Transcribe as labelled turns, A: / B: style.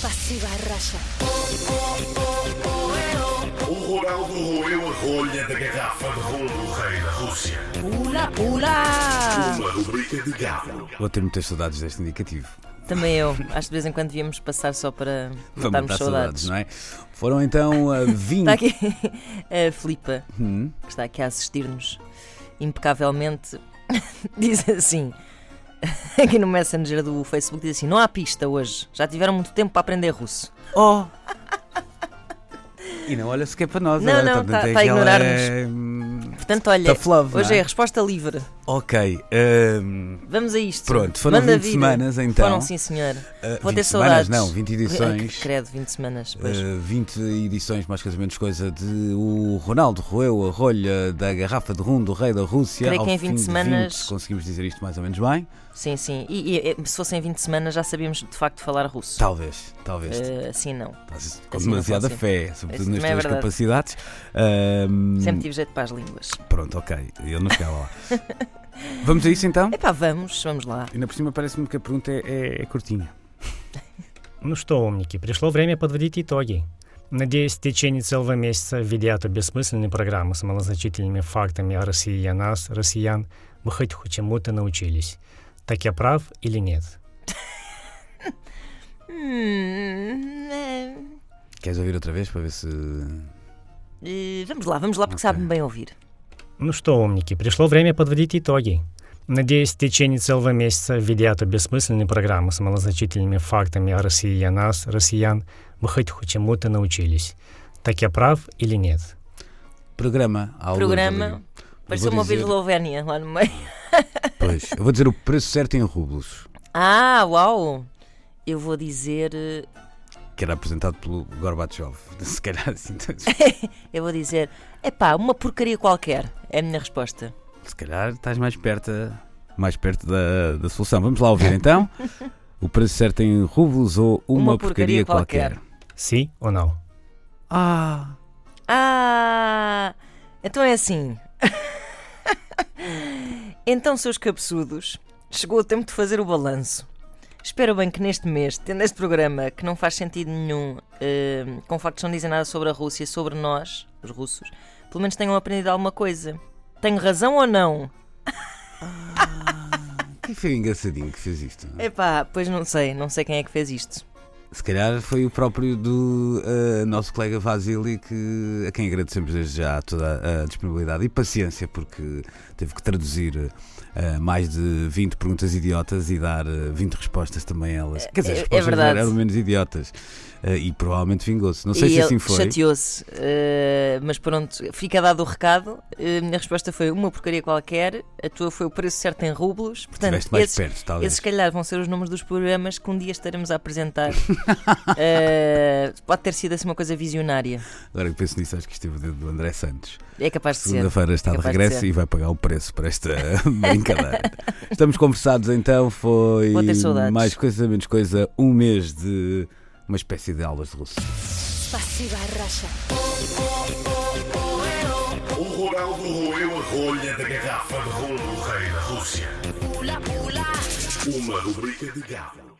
A: Pasiva racha.
B: O Ronaldo roeu a rolha da garrafa de rum do rei da Rússia.
C: Pula, pula!
B: Uma rubrica de gado.
D: Vou ter muitas saudades deste indicativo.
C: Também eu. Acho que de vez em quando devíamos passar só para
D: Vamos
C: matarmos
D: dar
C: saudades.
D: saudades, não é? Foram então a 20.
C: Está aqui a Filipa,
D: Hum.
C: que está aqui a assistir-nos impecavelmente, diz assim. Aqui no Messenger do Facebook diz assim: não há pista hoje, já tiveram muito tempo para aprender russo.
D: Oh! E não olha sequer para nós,
C: Não,
D: olha,
C: não,
D: portanto,
C: tá-
D: tem
C: tá a
D: aquela, hum,
C: Portanto, olha,
D: Tough love, não
C: hoje
D: é?
C: é a resposta livre.
D: Ok. hum,
C: Vamos a isto.
D: Pronto, foram
C: Manda
D: 20
C: vir.
D: semanas, então.
C: Foram, sim, senhor.
D: Ah,
C: Vou
D: 20
C: ter
D: semanas,
C: saudades.
D: não, 20 edições.
C: Ah, Credo, 20 semanas. Pois.
D: eh, 20 edições, mais ou menos coisa, de o Ronaldo roeu a rolha da garrafa de rum do rei da Rússia.
C: Creio que
D: Ao
C: em 20
D: fim de
C: semanas-
D: 20, conseguimos dizer isto mais ou menos bem?
C: Sim, sim. E, e, e se fossem 20 semanas já sabíamos de facto falar russo.
D: Talvez, talvez.
C: Eh, assim não.
D: Estás com
C: assim não
D: demasiada
C: funciona.
D: fé, sobretudo
C: Isso
D: nas
C: também é
D: tuas
C: verdade.
D: capacidades. Ahm,
C: Sempre tipo- tive jeito para as línguas.
D: Pronto, ok, eu não chegava lá. Vamos a isso então?
C: Epá, vamos, vamos lá.
D: Ainda por cima parece-me que a pergunta é, é- é curtinha.
E: Ну что, умники, пришло время подводить итоги. Надеюсь, в течение целого месяца, введя эту бессмысленную программу с малозначительными фактами о России и о нас, россиян, вы хоть хоть чему-то научились. Так я прав или нет?
C: Hum,
D: Queres ouvir outra vez para ver se.
C: eh, vamos lá, vamos lá, porque
D: Ok.
C: sabe-me bem ouvir.
E: Ну что, умники, пришло время подводить итоги. Надеюсь, в течение целого месяца, введя эту бессмысленную программу с малозначительными фактами о России и о нас, россиян, вы хоть хоть чему-то научились. Так я прав или нет?
D: Programa à luz,
C: Programa.
D: Rodrigo.
C: Pareceu-me
D: vou
C: ouvir
D: dizer-
C: Eslovénia lá no meio.
D: Pois, eu vou dizer o preço certo em rublos,
C: Ah, uau! Eu vou dizer. eh,
D: que era apresentado pelo Gorbachev. Se calhar assim,
C: Eu vou dizer. Epá, uma porcaria qualquer. É a minha resposta.
D: se calhar estás mais perto, mais perto da, da solução. Vamos lá ouvir então. O preço certo em rublos ou uma,
C: Uma porcaria
D: porcaria, qualquer.
E: Си or no?
D: Ah!
C: Ah! Então é assim. então, seus cabeçudos, chegou o tempo de fazer o balanço. Espero bem que neste mês, tendo este programa que não faz sentido nenhum, eh, com factos não dizem nada sobre a Rússia, sobre nós, os russos, pelo menos tenham aprendido alguma coisa. Tenho razão ou não?
D: Que foi engraçadinho que fez isto. não é?
C: Epá, pois não sei, não sei quem é que fez isto.
D: Se calhar foi o próprio do ah, nosso colega Vasily, que, a quem agradecemos desde já toda a disponibilidade e paciência, porque teve que traduzir ah, mais de 20 perguntas idiotas e dar ah, 20 respostas também a elas. Quer dizer, as
C: é
D: respostas
C: verdade.
D: eram menos idiotas Ah, e provavelmente vingou-se. Não sei
C: e
D: se
C: ele
D: assim foi.
C: chateou-se, eh, mas pronto, fica dado o recado. Eh, a minha resposta foi uma porcaria qualquer, a tua foi o preço certo em rublos. Portanto,
D: Estiveste mais
C: esses,
D: perto, talvez.
C: esses, se calhar, vão ser os nomes dos programas que um dia estaremos a apresentar. Eh, pode ter sido assim uma coisa visionária.
D: Agora que penso nisso, acho que esteve o dedo do André Santos.
C: É capaz de ser.
D: Segunda-feira está de
C: Capaz de
D: regresso
C: ser.
D: e vai pagar o preço para esta brincadeira. Estamos conversados então, foi
C: Vou ter saudades.
D: mais coisa, menos coisa, um mês de uma espécie de aulas de russo.
A: Pasiva racha.
B: O Ronaldo roeu a rolha da garrafa de rum do rei da Rússia. Uma rubrica de gado.